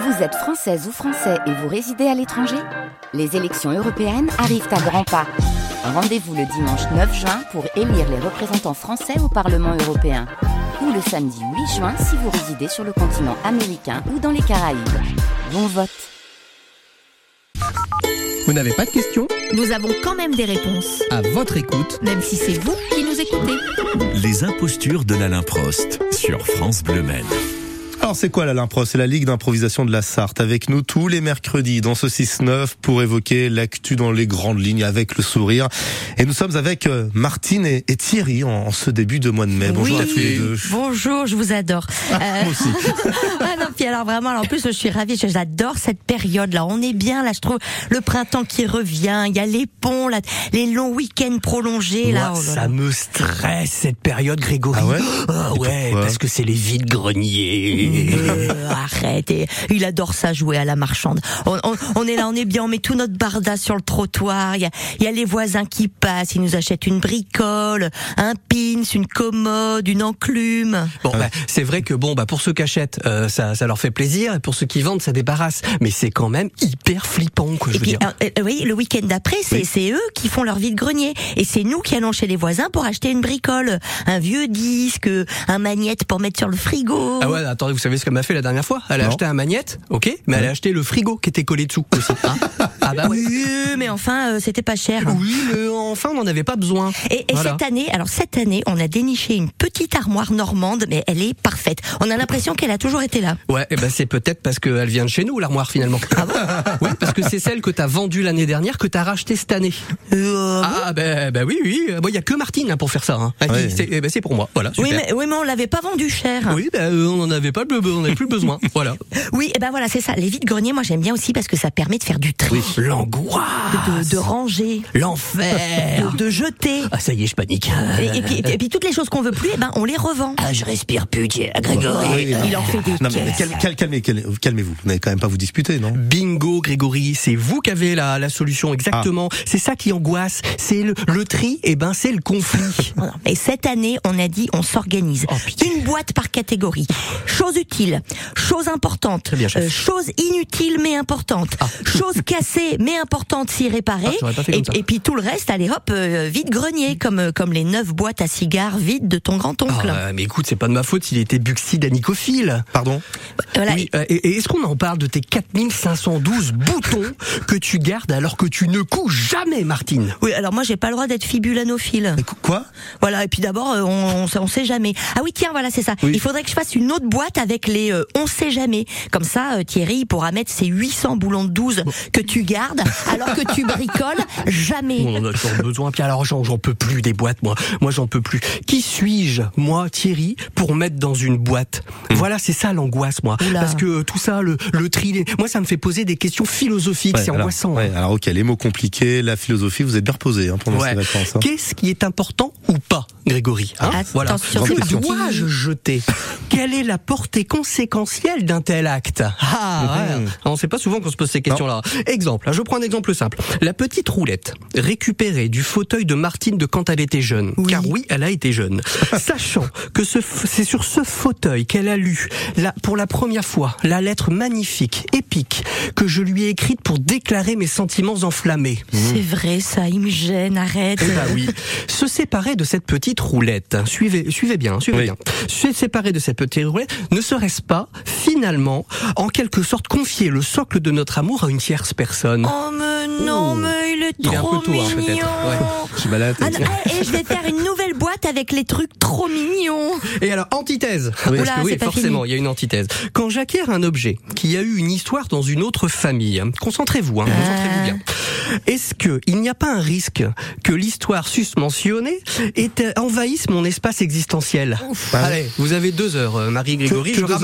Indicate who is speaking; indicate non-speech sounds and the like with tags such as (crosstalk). Speaker 1: Vous êtes française ou français et vous résidez à l'étranger Les élections européennes arrivent à grands pas. Rendez-vous le dimanche 9 juin pour élire les représentants français au Parlement européen. Ou le samedi 8 juin si vous résidez sur le continent américain ou dans les Caraïbes. Bon vote
Speaker 2: Vous n'avez pas de questions
Speaker 3: Nous avons quand même des réponses,
Speaker 2: À votre écoute.
Speaker 3: même si c'est vous qui nous écoutez.
Speaker 4: Les impostures de l'Alain Prost sur France Bleu Maine.
Speaker 5: Alors c'est quoi la Limpro C'est la Ligue d'improvisation de la Sarthe avec nous tous les mercredis dans ce 6-9 pour évoquer l'actu dans les grandes lignes avec le sourire. Et nous sommes avec euh, Martine et, et Thierry en, en ce début de mois de mai. Bonjour
Speaker 3: Oui.
Speaker 5: à tous les deux.
Speaker 3: Bonjour, je vous adore. Euh,
Speaker 5: (laughs) Moi aussi.
Speaker 3: (laughs) ah non, puis alors vraiment, alors en plus, je suis ravie, je- j'adore cette période-là. On est bien, là, je trouve, le printemps qui revient, il y a les ponts, là, les longs week-ends prolongés,
Speaker 6: Moi,
Speaker 3: là. oh là
Speaker 6: ça
Speaker 3: là.
Speaker 6: me stresse cette période, Grégory.
Speaker 5: Ah ouais
Speaker 6: Ah
Speaker 5: Et
Speaker 6: ouais,
Speaker 5: pourquoi Mmh.
Speaker 6: parce que c'est les vides greniers.
Speaker 3: Euh, arrête, et il adore ça jouer à la marchande. On, on- on est là, on est bien, on met tout notre barda sur le trottoir. Il y a, il y a les voisins qui passent, ils nous achètent une bricole, un pins, une commode, une enclume.
Speaker 6: Bon, bah, c'est vrai que bon, bah pour ceux qui achètent, euh, ça, ça leur fait plaisir, et pour ceux qui vendent, ça débarrasse. Mais c'est quand même hyper flippant, quoi. Je
Speaker 3: Et
Speaker 6: veux
Speaker 3: puis,
Speaker 6: dire.
Speaker 3: euh, euh, oui, le week-end d'après, c'est c'est eux qui font leur vide-grenier. Et c'est nous qui allons chez les voisins pour acheter une bricole, un vieux disque, un magnète pour mettre sur le frigo.
Speaker 6: Ah ouais, attendez, vous savez ce qu'elle m'a fait la dernière fois Elle a
Speaker 5: Non.
Speaker 6: acheté un magnète, ok, mais elle a acheté le frigo qui était collé dessous
Speaker 5: (laughs)
Speaker 6: aussi. ah bah ouais.
Speaker 3: Euh, mais enfin, euh, c'était pas cher.
Speaker 6: Oui, mais enfin, on n'en avait pas besoin.
Speaker 3: Et, et
Speaker 6: Voilà.
Speaker 3: cette année, alors cette année, on a déniché une petite armoire normande, mais elle est parfaite. On a l'impression qu'elle a Ah toujours été là.
Speaker 6: Ouais, eh ben c'est peut-être parce qu'elle vient de chez nous, l'armoire finalement. (laughs) oui, parce que c'est celle que t'as vendue l'année dernière, que t'as rachetée cette année.
Speaker 3: Euh,
Speaker 6: Ah ben, ben oui, oui. Bon, il y a que Martine hein, pour faire ça. Hein. Elle dit,
Speaker 5: Ouais.
Speaker 6: c'est eh ben, c'est pour moi. Voilà. Super.
Speaker 3: oui, mais, oui, mais on l'avait pas vendu cher.
Speaker 6: Oui, ben, euh, on en avait pas le, be- on avait plus
Speaker 3: (laughs)
Speaker 6: besoin. voilà.
Speaker 3: Oui, et ben voilà, c'est ça. Les vides greniers, moi j'aime bien aussi parce que ça permet de faire du tri, de,
Speaker 6: L'angoisse,
Speaker 3: de ranger,
Speaker 6: l'enfer.
Speaker 3: de, de jeter.
Speaker 6: Ah ça y est, je panique.
Speaker 3: Et, et puis, et puis- et puis toutes les choses qu'on veut plus, eh ben on les revend.
Speaker 6: Ah, je respire plus, Grégory.
Speaker 3: Il en fait des
Speaker 5: Non, mais calme- calme- calmez, calmez- calmez-vous. Vous n'allez quand même pas vous disputer, non
Speaker 6: Bingo, Grégory, c'est vous qui avez la, la solution
Speaker 3: Ah.
Speaker 6: exactement. C'est ça qui angoisse. C'est le, le tri. Et ben, c'est le
Speaker 3: (laughs)
Speaker 6: conflit.
Speaker 3: Voilà. Et cette année, on a dit, on s'organise.
Speaker 6: Oh, putain.
Speaker 3: une boîte par catégorie. Chose utile, chose importante, euh,
Speaker 6: bien, chef.
Speaker 3: chose inutile mais importante, chose cassée mais importante si réparée.
Speaker 6: Ah, j'aurais pas fait
Speaker 3: et,
Speaker 6: comme ça.
Speaker 3: et puis tout le reste, allez hop, euh, vide grenier, comme, comme les neuf boîtes à cigares vides de ton grand-oncle.
Speaker 6: Ah, mais écoute, c'est pas de ma faute. Il était buxidanicophile.
Speaker 5: Pardon
Speaker 3: Voilà.
Speaker 6: Oui, euh, et, et est-ce qu'on en parle de tes 4512 boutons que tu gardes alors que tu ne couches jamais, Martine
Speaker 3: Oui, alors moi j'ai pas le droit d'être fibulanophile.
Speaker 5: Mais qu- Quoi
Speaker 3: Voilà, et puis d'abord euh, on, on, sait- on sait jamais. Ah oui, tiens, voilà, c'est ça. Il faudrait que je fasse une autre boîte avec les euh, on sait jamais. Comme ça, euh, Thierry il pourra mettre ses 800 boulons de 12 que tu gardes alors que tu bricoles jamais.
Speaker 6: on en a toujours besoin. Puis alors, j'en, j'en peux plus des boîtes, moi. Moi, j'en peux plus. Qui suis-je, moi, Thierry, pour mettre dans une boîte
Speaker 5: Hmm.
Speaker 6: Voilà, c'est ça l'angoisse, moi.
Speaker 3: Oula.
Speaker 6: Parce que euh, tout ça, le, le tri, les- moi, ça me fait poser des questions philosophiques.
Speaker 5: Ouais,
Speaker 6: c'est
Speaker 5: alors,
Speaker 3: hein.
Speaker 6: angoissant. hein.
Speaker 5: ouais, alors ok, les mots compliqués, la philosophie, vous êtes bien reposé hein, pendant
Speaker 6: Ouais.
Speaker 5: ces vacances. hein.
Speaker 6: Qu'est-ce qui est important ou pas, Grégory hein
Speaker 3: Attention, c'est
Speaker 6: Que
Speaker 3: parti.
Speaker 6: dois-je jeter Quelle est la portée conséquentielle d'un tel acte
Speaker 5: Mm-hmm.
Speaker 6: Ah, ouais. On ne sait pas souvent qu'on se pose ces questions-là. Exemple, hein, je prends un exemple simple. La petite roulette récupérée du fauteuil de Martine de quand elle était jeune. Car oui, elle a été
Speaker 5: (laughs)
Speaker 6: jeune. Sachant que ce f- c'est sur ce fauteuil qu'elle a lu la- pour la première fois la lettre magnifique, épique, que je lui ai écrite pour déclarer mes sentiments enflammés.
Speaker 3: C'est vrai, ça, il me gêne, arrête.
Speaker 6: Eh ben oui. Se séparer de cette petite roulette. Suivez, suivez bien, suivez
Speaker 5: Oui.
Speaker 6: bien. Se séparer de cette petite roulette, ne serait-ce pas, finalement, en quelque sorte, confier le socle de notre amour à une tierce personne
Speaker 3: Oh mais non,
Speaker 6: Ouh.
Speaker 3: mais il est
Speaker 6: Il est un
Speaker 3: trop
Speaker 6: peu tôt, hein, peut-être.
Speaker 3: mignon.
Speaker 6: Ouais.
Speaker 5: Je suis malade.
Speaker 3: Ah non, eh, et je vais faire une nouvelle boîte avec les trucs trop mignons.
Speaker 6: Et alors, antithèse
Speaker 3: Oula,
Speaker 6: Parce que oui,
Speaker 3: c'est pas
Speaker 6: forcément,
Speaker 3: fini.
Speaker 6: il y a une antithèse. Quand j'acquiers un objet qui a eu une histoire dans une autre famille, hein, concentrez-vous, hein, concentrez-vous bien.
Speaker 3: Ah.
Speaker 6: Est-ce que il n'y a pas un risque que l'histoire susmentionnée ait- envahisse mon espace existentiel Allez, vous avez deux heures, euh, Marie Grégory.
Speaker 5: que
Speaker 6: je
Speaker 5: deux